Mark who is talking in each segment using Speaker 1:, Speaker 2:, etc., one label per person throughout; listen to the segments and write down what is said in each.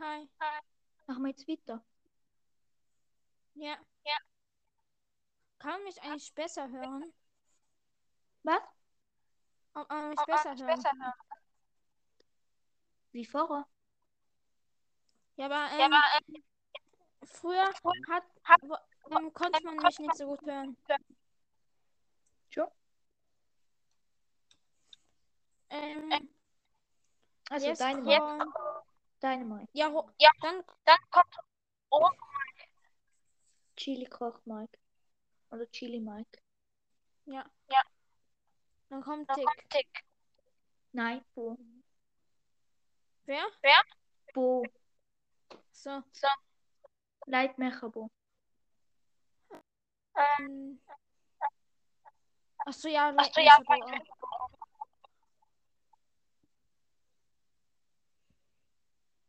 Speaker 1: Hi.
Speaker 2: Machen wir jetzt weiter.
Speaker 1: Ja. Kann man mich eigentlich besser hören?
Speaker 2: Was?
Speaker 1: Ob man mich besser hören?
Speaker 2: Wie vorher?
Speaker 1: Ja, aber, ähm, früher hat, wo- ähm, konnte man mich nicht so gut hören.
Speaker 2: Tja.
Speaker 1: Ähm,
Speaker 2: Also
Speaker 1: jetzt
Speaker 2: deine Meinung.
Speaker 1: kommt,
Speaker 2: Deine Meinung.
Speaker 1: ja, ho-
Speaker 3: Ja.
Speaker 1: dann,
Speaker 2: Chili Koch Mike. Oder Chili Mike.
Speaker 1: ja.
Speaker 3: Ja.
Speaker 1: Dann kommt Tick.
Speaker 2: Nein, Bo.
Speaker 1: Wer?
Speaker 2: Bo.
Speaker 1: So,
Speaker 2: Leitmecher Bo.
Speaker 1: ähm. Ach so, ja,
Speaker 3: Ach so,
Speaker 1: leck
Speaker 3: ja,
Speaker 1: mich, aber-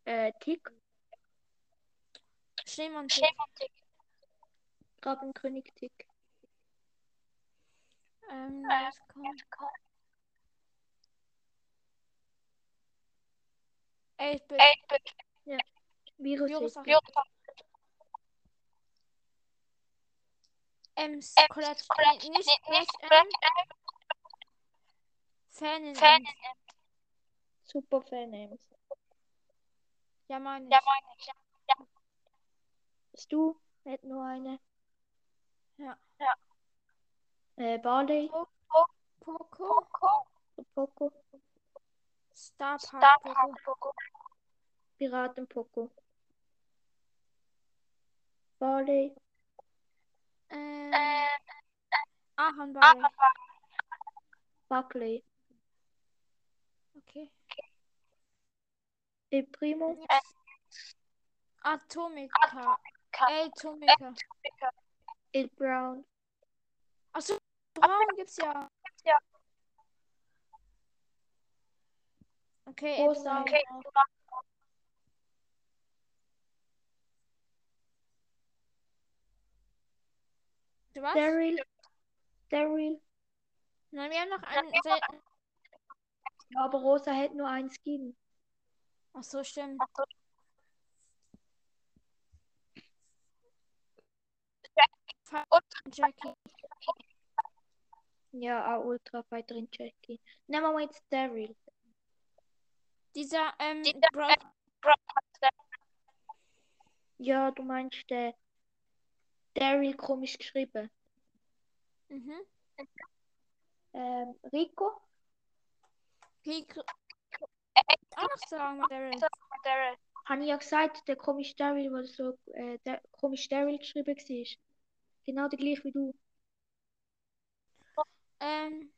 Speaker 2: Äh, Tick.
Speaker 1: Schneemann Tick.
Speaker 2: Grabenkönig Tick.
Speaker 1: Ähm, was kommt? Ey, ich bin
Speaker 2: Virus.
Speaker 1: Virus
Speaker 2: Tick.
Speaker 1: auf Ems, Colette, nee, nicht, nicht, ähm, Fan in Ems.
Speaker 2: Super Fan
Speaker 1: Ja, meine
Speaker 3: Ja,
Speaker 1: ich.
Speaker 2: Bist du? Nicht nur eine.
Speaker 1: Ja.
Speaker 2: Äh, Barley.
Speaker 1: Poco,
Speaker 2: Poco.
Speaker 1: Star Park Poco.
Speaker 2: Piraten Poco. Barley.
Speaker 1: Ähm, ah, Ahornball.
Speaker 2: Buckley.
Speaker 1: Okay.
Speaker 2: El Primo.
Speaker 1: Atomica. Ey, Atomica.
Speaker 2: El Brown.
Speaker 1: Achso, Braun gibt's ja.
Speaker 3: Ja.
Speaker 1: Okay, ey,
Speaker 2: Rosa.
Speaker 1: Braun. Du was?
Speaker 2: Daryl. Daryl.
Speaker 1: Nein, wir haben noch einen selten.
Speaker 2: Ja, aber Rosa hätte nur einen Skin.
Speaker 1: Ach so, stimmt. Jackie.
Speaker 2: Ja, auch Ultra Fighterin Jackie. Nehmen wir mal jetzt Daryl.
Speaker 1: Dieser, ähm,
Speaker 3: Dieser,
Speaker 1: Brock,
Speaker 2: Ja, du meinst äh, Daryl komisch geschrieben.
Speaker 1: mhm.
Speaker 2: Ähm, Rico?
Speaker 1: Krieg. Auch noch sagen, Daryl.
Speaker 2: Habe ich ja gesagt, der komische Daryl, weil so äh, der komische Daryl geschrieben war. Genau der gleiche wie du.
Speaker 1: Ähm.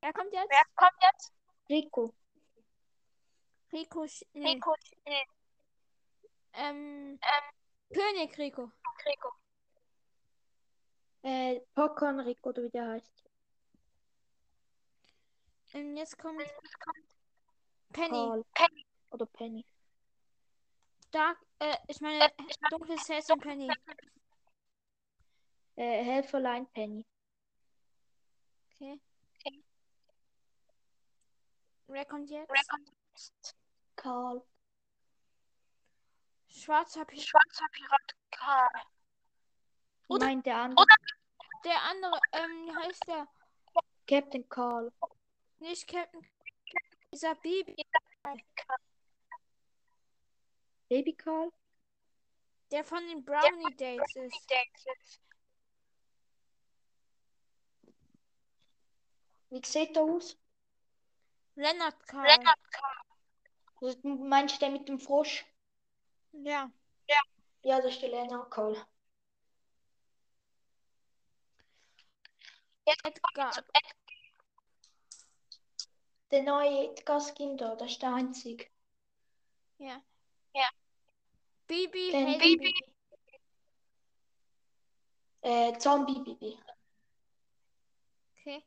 Speaker 1: Wer kommt jetzt?
Speaker 2: Rico.
Speaker 1: Rico. Sch- Nee, ähm. König Rico.
Speaker 2: Äh, Popcorn Rico, oder wie der heißt.
Speaker 1: Und jetzt kommt Penny.
Speaker 2: Carl. Oder Penny.
Speaker 1: Dark. Äh, ich meine, dunkles Herz und Penny.
Speaker 2: Äh, Helferlein Penny.
Speaker 1: Okay. Wer kommt jetzt?
Speaker 2: Carl.
Speaker 1: Schwarzer Pi.
Speaker 2: Ich
Speaker 1: Oder-
Speaker 2: meine der andere.
Speaker 1: Der andere, ähm, wie heißt der?
Speaker 2: Captain Carl.
Speaker 1: Nicht Captain. Dieser Bibi.
Speaker 2: Baby Carl?
Speaker 1: Der von den Brownie Days ist.
Speaker 2: Wie sieht der aus?
Speaker 1: Leonard Karl.
Speaker 2: Also, du meinst der mit dem Frosch?
Speaker 1: Ja.
Speaker 2: Ja, das ist der Leonard Carl.
Speaker 1: Edgar.
Speaker 2: Der neue Edgar-Skin da, das ist der einzige.
Speaker 1: Ja.
Speaker 3: Ja.
Speaker 1: Bibi.
Speaker 2: Dann
Speaker 1: Hail
Speaker 2: Bibi.
Speaker 1: Bibi.
Speaker 2: Äh, Zombie-Bibi.
Speaker 1: Okay.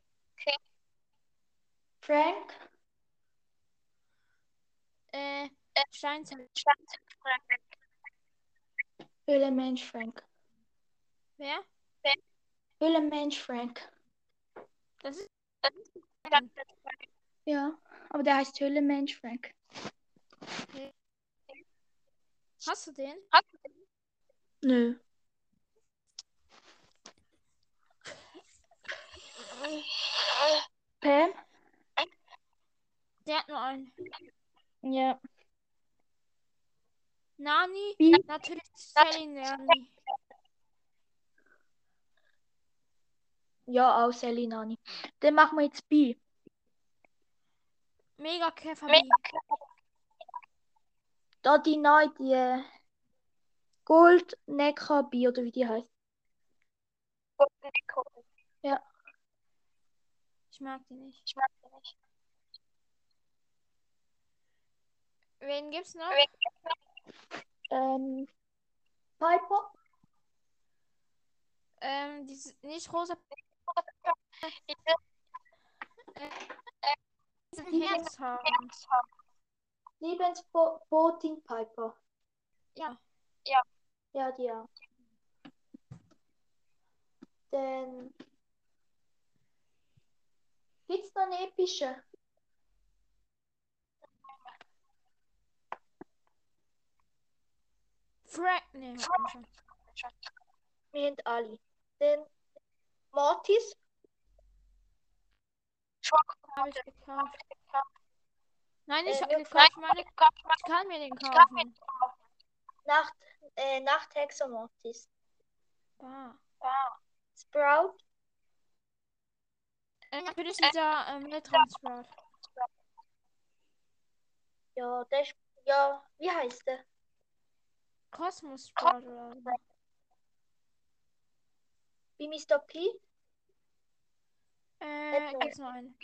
Speaker 2: Frank?
Speaker 1: Äh, Steinzeit.
Speaker 2: Höhlenmensch Frank.
Speaker 1: Wer?
Speaker 2: Höhlenmensch Frank.
Speaker 1: Das ist.
Speaker 2: Ja, aber der heißt Höhlenmensch Frank.
Speaker 1: Hast du den?
Speaker 2: Nö. Pam?
Speaker 1: Der hat nur einen.
Speaker 3: Ja.
Speaker 1: Nani?
Speaker 2: Wie?
Speaker 1: Natürlich Sally Nani.
Speaker 2: Ja, auch Sally Nani. Dann machen wir jetzt B.
Speaker 1: Mega Käfer.
Speaker 2: Da die neue, die äh, Gold Neckar B oder wie die heißt.
Speaker 1: Ich mag die nicht. Wen gibt's noch?
Speaker 2: Ähm, Piper?
Speaker 1: Ähm, die s- nicht rosa. Äh, diesen Helix haben.
Speaker 2: Lebens Bo- Boating Piper.
Speaker 1: Ja.
Speaker 2: Ja, die auch. Dann. Gibt's noch eine epische?
Speaker 1: Frank. Nee, hat man schon.
Speaker 2: Wir haben alle. Dann Mortis.
Speaker 1: Hab ich gekauft. Nein,
Speaker 2: Äh,
Speaker 1: ich hab
Speaker 2: wir-
Speaker 1: gekauft. Meine, ich kann mir den kaufen.
Speaker 2: Nacht, äh, Nachthexe Mortis.
Speaker 1: Ah.
Speaker 2: Sprout.
Speaker 1: Ähm, natürlich dieser ähm, Weltraumsprout.
Speaker 2: Ja, der ist, ja, wie heißt der?
Speaker 1: Kosmos Sprout oder so.
Speaker 2: Wie Mr. P?
Speaker 1: Äh, gibt's noch einen?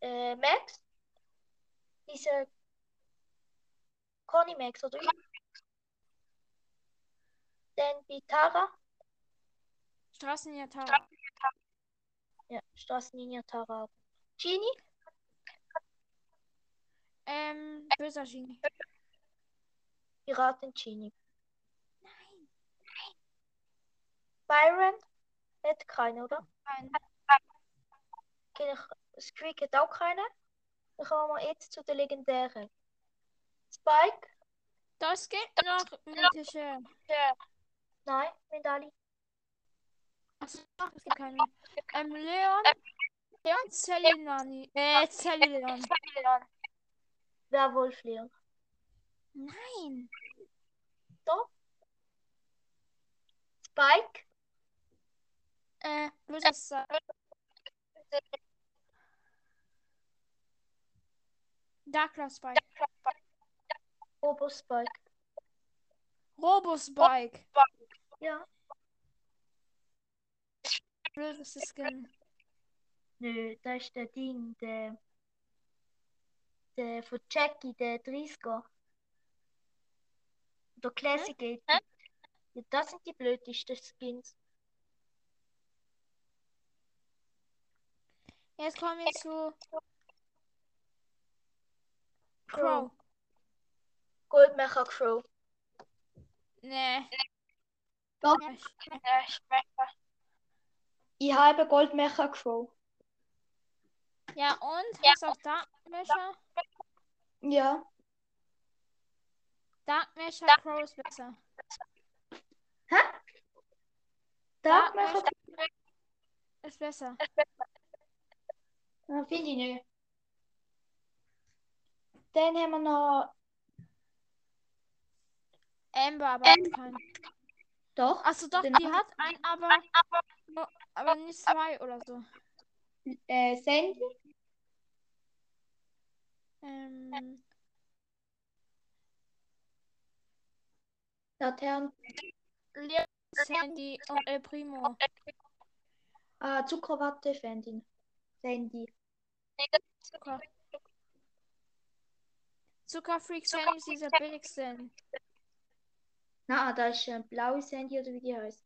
Speaker 2: Äh, Max? Dieser Conny Max oder wie? Dann Vitara.
Speaker 1: Straßenjahr
Speaker 2: Ja, Straßenlinie Tara. Genie?
Speaker 1: Ähm, böser Genie.
Speaker 2: Piraten Genie. Byron? Hat keinen, oder?
Speaker 1: Nein.
Speaker 2: Kenn ich, Squeak hat auch keinen. Dann kommen wir jetzt zu den legendären. Spike?
Speaker 1: Das gibt noch mythische.
Speaker 2: Nein, wir haben alle.
Speaker 1: Achso, es gibt keine. Ähm, Leon. Leon Celinani. Äh, Celion.
Speaker 2: Werwolf Leon.
Speaker 1: Nein.
Speaker 2: Spike?
Speaker 1: Äh, böser Sa Darkler Spike.
Speaker 2: Robo Spike.
Speaker 1: Robospike.
Speaker 2: Ja.
Speaker 1: Blödeste Skin.
Speaker 2: Nö, da ist der Ding, der. Der von Jackie, der 30er. Der Classic Gate. Ja, das sind die blödesten Skins.
Speaker 1: Jetzt kommen wir zu Crow.
Speaker 2: Goldmacher Crow.
Speaker 1: Nee.
Speaker 2: Doch.
Speaker 1: Ich,
Speaker 2: Ich habe Goldmacher Crow.
Speaker 1: Ja, und hast du auch Darkmesher?
Speaker 2: Ja.
Speaker 1: Darkmesher Crow ist besser.
Speaker 2: Darkmacher
Speaker 1: Ist besser.
Speaker 2: Ja, Ah, finde ich nicht. Dann haben wir noch.
Speaker 1: Amber aber hat keinen.
Speaker 2: Doch.
Speaker 1: Achso, doch,
Speaker 2: Den
Speaker 1: die hat einen, aber, nur- aber nicht zwei oder so.
Speaker 2: Äh, Sandy?
Speaker 1: Ähm,
Speaker 2: Laternen.
Speaker 1: Leon, Sandy und El Primo.
Speaker 2: Ah, Zuckerwatte, Fandin. Sandy.
Speaker 1: Zucker. Zuckerfreak Sandy ist dieser billigste.
Speaker 2: Na, ah, da ist ein blaues Sandy oder wie die heißt.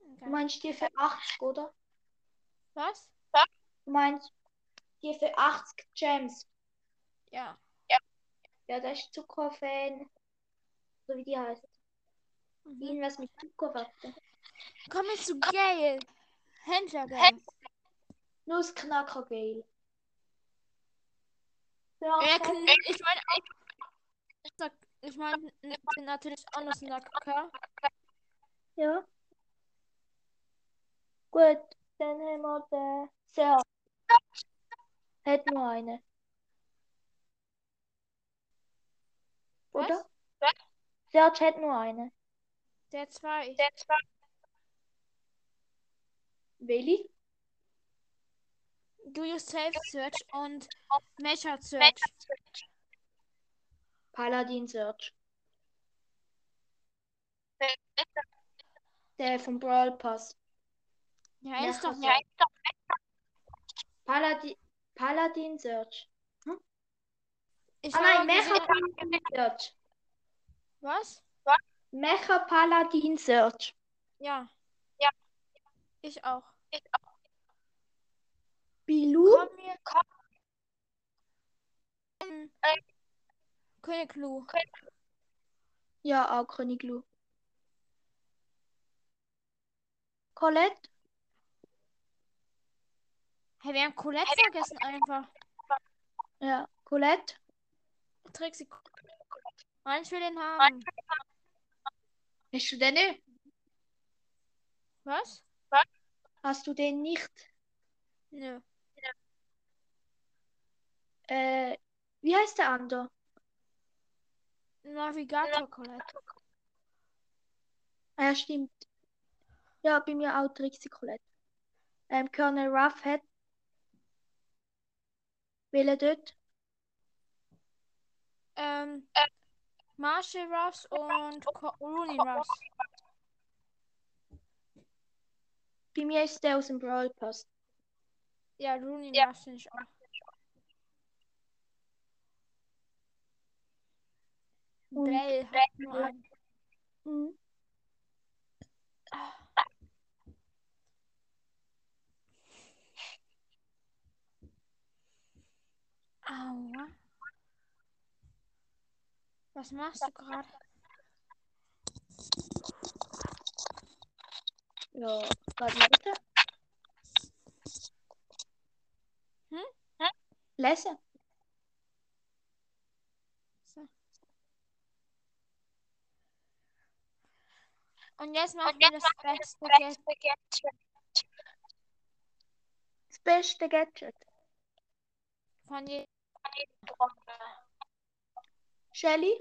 Speaker 2: Du meinst die für 80, oder?
Speaker 1: Was?
Speaker 2: Du meinst die für 80 Gems.
Speaker 1: Ja.
Speaker 2: Ja, da ist Zuckerfan. So wie die heißt.
Speaker 1: Mhm.
Speaker 2: Irgendwas mit Zuckerwatte.
Speaker 1: Kommen wir zu Gail. Händler Gail.
Speaker 2: Nur das Knacker Gale. Ja,
Speaker 1: Reckon, ich meine, ich sag, ich meine, natürlich anders Nacker.
Speaker 2: ja. Gut, dann haben wir den Sir. Hätten wir einen. Oder?
Speaker 1: Was?
Speaker 2: Serge hat nur eine.
Speaker 1: Der zwei.
Speaker 2: Willi?
Speaker 1: Do you self search und measure search?
Speaker 2: Paladin Serge. Der vom Brawl Pass.
Speaker 1: Ja, er ist
Speaker 2: Ja,
Speaker 1: doch
Speaker 2: ja. Paladin, Paladin Serge.
Speaker 1: Ich
Speaker 2: Ah
Speaker 1: hab mal
Speaker 2: nein, Mecha
Speaker 1: gesehen-
Speaker 2: Paladin Serge.
Speaker 1: Was?
Speaker 2: Mecha Paladin Serge.
Speaker 1: Ja.
Speaker 3: Ja.
Speaker 1: Ich auch.
Speaker 2: Bilou?
Speaker 1: Komm mir. Komm. König Lu.
Speaker 2: Ja, auch König Lou. Colette?
Speaker 1: Hey, wir haben Colette vergessen einfach.
Speaker 2: Ja, Colette.
Speaker 1: Trixie. Mann, ich will den haben.
Speaker 2: Hast du den nicht?
Speaker 1: Was?
Speaker 2: Hast du den nicht?
Speaker 1: Nö.
Speaker 2: Äh, wie heißt der andere?
Speaker 1: Navigator Colette.
Speaker 2: Ah, Ja, stimmt. Ja, bei mir auch Trixie Colette. Ähm, Colonel Ruff hat. Welcher dort?
Speaker 1: Ähm. Marshall Ruffs und Co- Rooney Ruffs.
Speaker 2: Bei mir ist der aus dem Brawl Pass.
Speaker 1: Ja, Rooney
Speaker 3: Ja.
Speaker 1: Ruffs finde ich auch.
Speaker 2: Und-
Speaker 1: Bell hat nur einen.
Speaker 2: Mhm.
Speaker 1: Aua. Was machst du gerade?
Speaker 2: Ja, warte mal bitte.
Speaker 1: Hm?
Speaker 2: Lesen.
Speaker 1: So. Und jetzt machen wir das beste Geld.
Speaker 2: Das beste Gadget.
Speaker 1: von je.
Speaker 2: Shelly?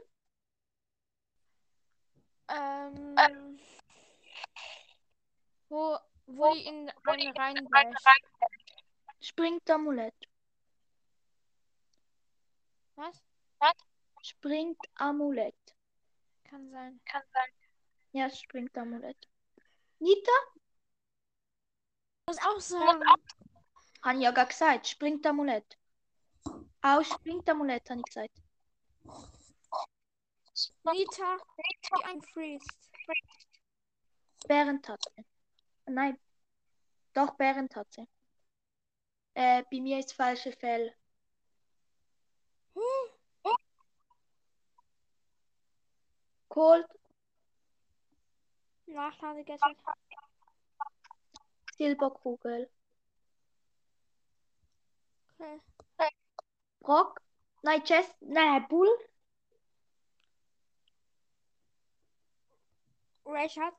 Speaker 1: Ähm, wo, wo die in einen reinwäscht.
Speaker 2: Springt Amulett.
Speaker 1: Was?
Speaker 2: Springt Amulett.
Speaker 1: Kann sein.
Speaker 2: Ja, es springt Amulett. Nita?
Speaker 1: Muss auch sagen.
Speaker 2: Habe ich ja gerade gesagt. Springt Amulett. Auch springt Amulett, habe ich gesagt.
Speaker 1: Nita, die einfriest.
Speaker 2: Bärentatze. Nein. Doch, Bärentatze. Äh, bei mir ist falsche Fell. Cold
Speaker 1: Nachladegadget.
Speaker 2: Silberkugel.
Speaker 1: Okay.
Speaker 2: Brock? Nein, Jess. Nein, Bull.
Speaker 1: Richard,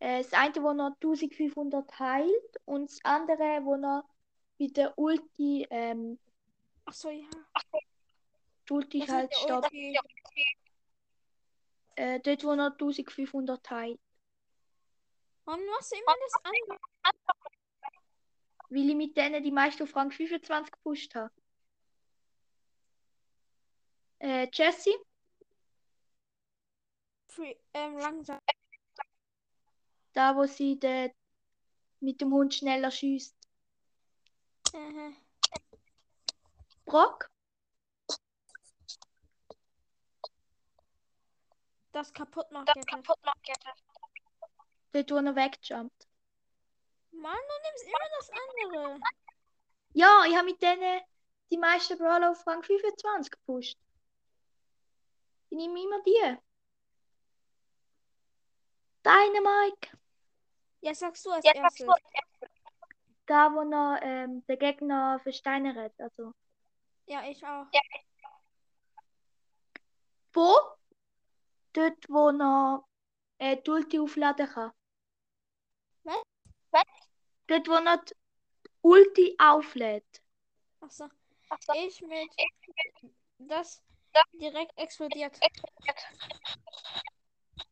Speaker 2: Äh, das eine, wo noch 1500 heilt und das andere, wo noch mit der Ulti, ähm,
Speaker 1: achso, ja.
Speaker 2: die Ulti
Speaker 1: Das hat
Speaker 2: halt
Speaker 1: der
Speaker 2: stoppt.
Speaker 1: Ulti.
Speaker 2: Äh, dort, wo noch 1500 heilt.
Speaker 1: Warum machst du immer das an?
Speaker 2: Weil ich mit denen die meisten auf Rang 25 gepusht habe. Äh, Jessie?
Speaker 1: Free, ähm, langsam.
Speaker 2: Da, wo sie den, mit dem Hund schneller schießt.
Speaker 1: Mhm.
Speaker 2: Brock?
Speaker 1: Das kaputt macht
Speaker 3: Das
Speaker 1: jetzt. Mann,
Speaker 3: kaputt macht jetzt.
Speaker 2: Dort, wo er wegjumpt.
Speaker 1: du nimmst immer das andere.
Speaker 2: Ja, ich habe mit denen die meisten Brawler auf Rang 25 gepusht. Ich nehme immer die. Dynamite.
Speaker 1: Jetzt sagst du als
Speaker 3: Jetzt hast
Speaker 1: erstes.
Speaker 3: du
Speaker 2: Da, wo noch ähm, der Gegner versteinert. Also
Speaker 1: Ja, ich auch.
Speaker 2: Wo? Dort, wo noch äh, die Ulti aufladen kann.
Speaker 1: Was?
Speaker 3: Was?
Speaker 2: Dort, wo noch die Ulti auflädt.
Speaker 1: Achso.
Speaker 3: Achso.
Speaker 1: Ich mit das direkt explodiert.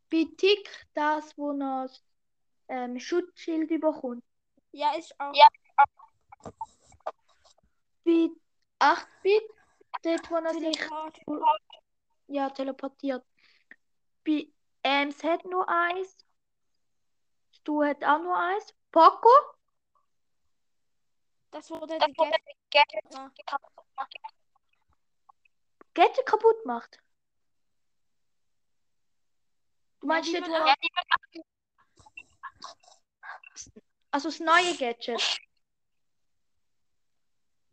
Speaker 2: Bei Tick das, wo noch das ähm, Schutzschild bekommt.
Speaker 1: Ja, ich auch.
Speaker 3: Ja.
Speaker 2: Bei 8-Bit, dort, wo noch sich
Speaker 1: Teleport.
Speaker 2: ja, teleportiert. Bei Ems hat nur eins. Stu hat auch nur eins. Poco?
Speaker 1: Das wurde die Gadget.
Speaker 2: Gadget kaputt macht. Du meinst
Speaker 1: die
Speaker 2: jetzt,
Speaker 1: wird
Speaker 2: auch- also das neue Gadget.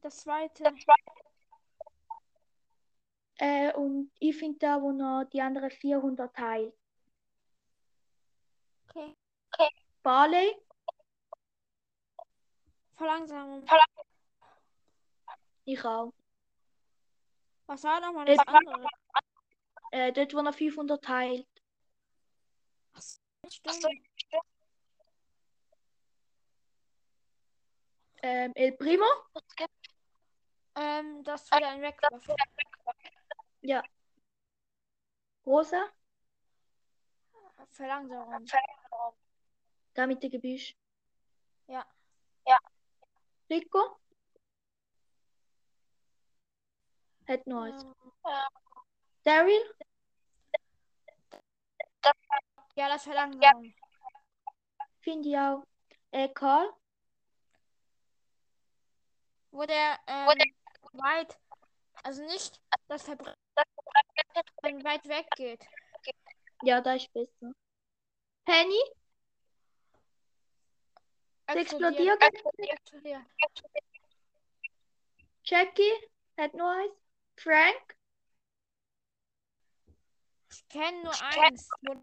Speaker 1: Das zweite.
Speaker 2: Äh, und ich finde da, wo noch die anderen 400 teilt.
Speaker 1: Okay.
Speaker 2: Barley?
Speaker 1: Verlangsamung.
Speaker 2: Ich auch.
Speaker 1: Was war nochmal
Speaker 2: Äh,
Speaker 1: das andere?
Speaker 2: Äh, dort, wo noch 500 teilt.
Speaker 1: Stimmt.
Speaker 2: Ähm, El Primo?
Speaker 1: Ähm, das wieder ein Wegwurf.
Speaker 2: Rosa?
Speaker 1: Verlangsamung.
Speaker 2: Da mit dem Gebüsch.
Speaker 1: Ja.
Speaker 3: Ja.
Speaker 2: Rico? Hat noch eins.
Speaker 1: Ähm,
Speaker 2: Daryl?
Speaker 1: Ja, das Verlangsamung.
Speaker 2: Finde ich auch. Äh, Karl?
Speaker 1: Wo der ähm, weit, also nicht das Verbrechen weit weg geht.
Speaker 2: Ja, da ist besser. Penny? Explodiert.
Speaker 1: Explodiert.
Speaker 2: Jackie? Hat noch eins. Frank?
Speaker 1: Ich kenne nur eins, wo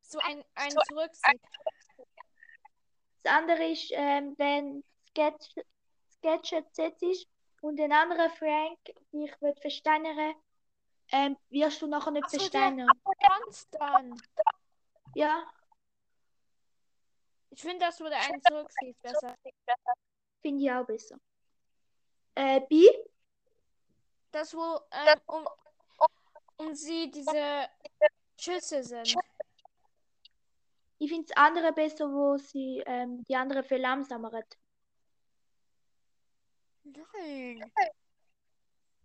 Speaker 1: so ein, ein zurückzieht.
Speaker 2: Das andere ist, ähm, wenn Sketch, Sketchet set ist und den anderen Frank dich wird versteinern, ähm, wirst du nachher nicht
Speaker 1: Ach so, der-
Speaker 2: versteinern.
Speaker 1: Ganz dann.
Speaker 2: Ja,
Speaker 1: Ich finde, das, wo der einen zurückzieht, besser.
Speaker 2: finde ich auch besser. Äh, Bi?
Speaker 1: Das, wo ähm, um, um sie diese Schüsse sind.
Speaker 2: Ich finde das andere besser, wo sie ähm, die andere verlangsamern.
Speaker 1: Nein.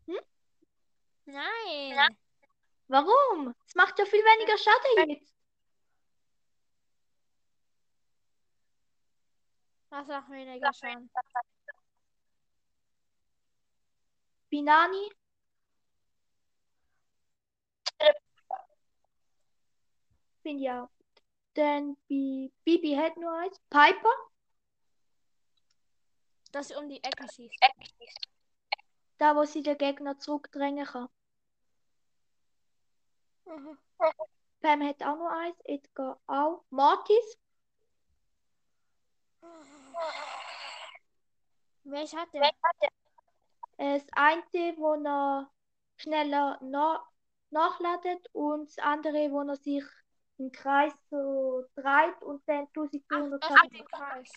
Speaker 2: Hm?
Speaker 1: Nein.
Speaker 2: Warum? Es macht ja viel weniger Schaden jetzt.
Speaker 1: Das macht weniger Schaden.
Speaker 2: Binani? Finde ich auch. Dann Bi Bibi hat nur eins. Piper?
Speaker 1: Dass sie um die Ecke schießt.
Speaker 2: Da, wo sie den Gegner zurückdrängen kann.
Speaker 1: Mhm.
Speaker 2: Pam hat auch nur eins. Edgar auch. Mortis?
Speaker 1: Welch hat der?
Speaker 2: Äh, Das eine, wo er schneller na nachladet und das andere, wo er sich im Kreis so dreht und dann
Speaker 1: Ach,
Speaker 2: 1400
Speaker 1: Also, das
Speaker 2: Schaden
Speaker 1: mit dem Kreis.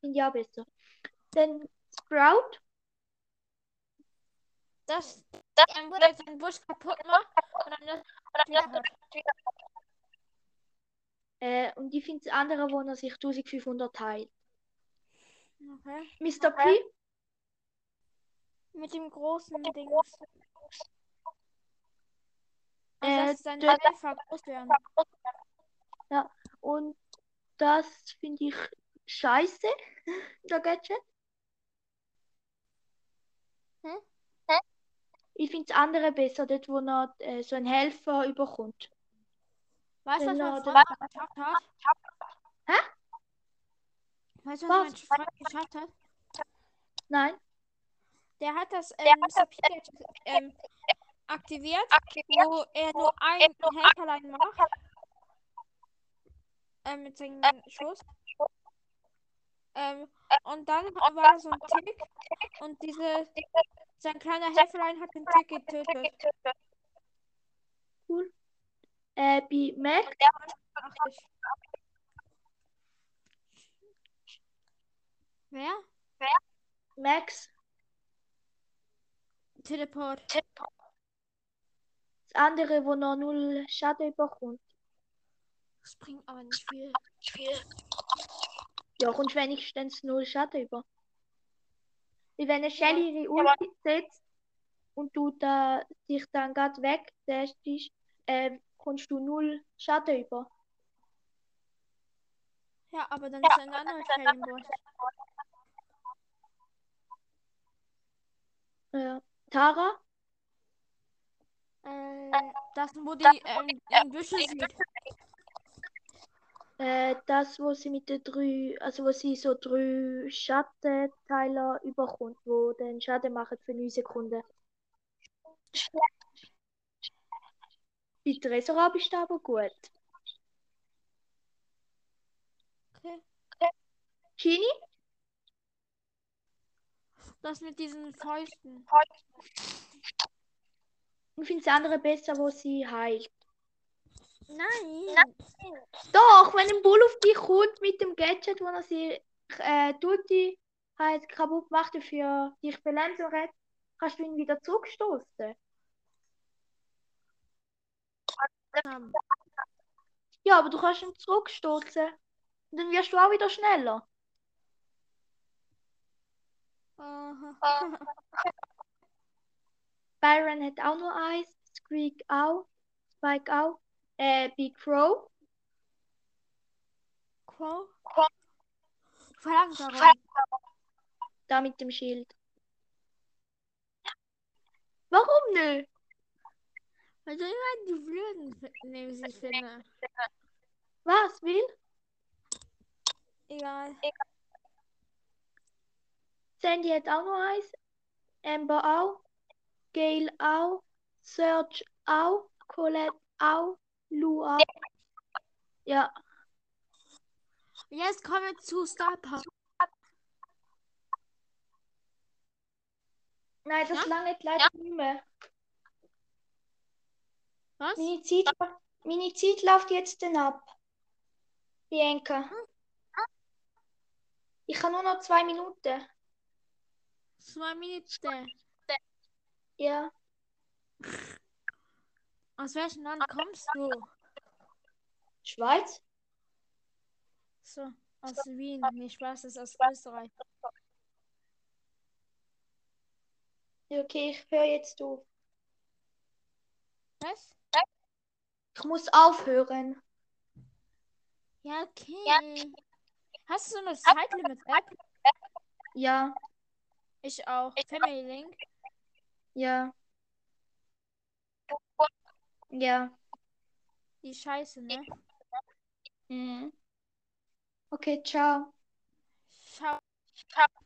Speaker 2: sind ja besser. Dann Sprout?
Speaker 1: Das, das ein Bruder jetzt einen Busch kaputt macht und dann das wieder hat.
Speaker 2: Äh, und ich finde das andere, wo er sich 1500 teilt.
Speaker 1: Okay.
Speaker 2: Mr. P?
Speaker 1: Mit dem großen Ding.
Speaker 2: Äh,
Speaker 1: Also, dass seine
Speaker 2: dort-
Speaker 1: Helfer groß werden.
Speaker 2: Und das finde ich scheiße, der Gadget.
Speaker 1: Hm?
Speaker 3: Hä?
Speaker 2: Ich finde das andere besser, dort, wo er äh, so einen Helfer überkommt.
Speaker 1: Weißt du, was
Speaker 2: Genau,
Speaker 1: mein
Speaker 2: das-
Speaker 1: Freund geschafft hat?
Speaker 2: Hä?
Speaker 1: Weißt du,
Speaker 2: Was?
Speaker 1: was, mein Freund geschafft hat?
Speaker 2: Nein,
Speaker 1: Der hat das ähm, Mr. Pikachu ähm, aktiviert, wo er nur einen Helferlein macht. Ähm, mit seinem Schuss. Ähm, und dann war da so ein Tick und diese, sein kleiner Helferlein hat den Tick getötet.
Speaker 2: Cool. Äh, bei Mac,
Speaker 1: Ach, ich. Wer?
Speaker 2: Max,
Speaker 1: Teleport.
Speaker 2: das andere, wo noch null Schaden überkommt.
Speaker 1: Das bringt aber nicht viel.
Speaker 2: Ja, und wenigstens null Schaden über. Wie wenn eine Shelly ihre Ulti setzt und du da, dich dann gerade wegdashst, ähm, kommst du null Schaden über.
Speaker 1: Ja, aber dann ist ein anderer Heldenboss.
Speaker 2: Ja. Tara,
Speaker 1: Äh, das, wo die ähm, im Büschel sind.
Speaker 2: äh, das, wo sie mit den drei, also wo sie so drei Schattenteiler überkommt, wo den Schaden machen für 9 Sekunden. Bei Tresora bist du aber gut.
Speaker 1: Okay.
Speaker 2: Genie?
Speaker 1: Das mit diesen Fäusten.
Speaker 2: Ich finde das andere besser, wo sie heilt.
Speaker 1: Nein.
Speaker 2: Doch, wenn ein Bull auf dich kommt mit dem Gadget, wo er sie äh, Tutti halt kaputt macht und für dich belämmert hat, kannst du ihn wieder zurückstoßen. Ja, aber du kannst ihn zurückstoßen. Und dann wirst du auch wieder schneller.
Speaker 1: Aha.
Speaker 2: Byron hat auch nur eins, Squeak auch, Spike auch, äh, Big Crow.
Speaker 1: Quo?
Speaker 3: Quo.
Speaker 1: Verlangsamung.
Speaker 2: Da mit dem Schild. Warum nicht?
Speaker 1: Weil du immer die Blöden fi- nehmen sie finde.
Speaker 2: Was will?
Speaker 1: Egal.
Speaker 2: Sandy hat auch noch eins. Amber auch. Gail auch. Serge auch. Colette auch. Lou auch. Ja,
Speaker 1: Jetzt kommen wir zu Star Power.
Speaker 2: nein, das
Speaker 1: Ja?
Speaker 2: lange leider nicht mehr.
Speaker 1: Was?
Speaker 2: Meine Zeit, meine Zeit läuft jetzt dann ab. Bianca. Ich habe nur noch zwei Minuten.
Speaker 1: Zwei Minuten.
Speaker 2: Ja.
Speaker 1: Aus welchem Land kommst du?
Speaker 2: Schweiz?
Speaker 1: So, aus Wien. Nee, Spaß, das ist aus Österreich.
Speaker 2: Ja, Okay, ich höre jetzt auf.
Speaker 1: Was?
Speaker 2: Ich muss aufhören.
Speaker 1: Ja, okay. Hast du so eine Zeitlimit-App?
Speaker 2: Ja,
Speaker 1: Ich auch. Family Link.
Speaker 2: ja, ja.
Speaker 1: Die Scheiße, ne?
Speaker 2: Mhm. Okay, ciao.
Speaker 1: Ciao.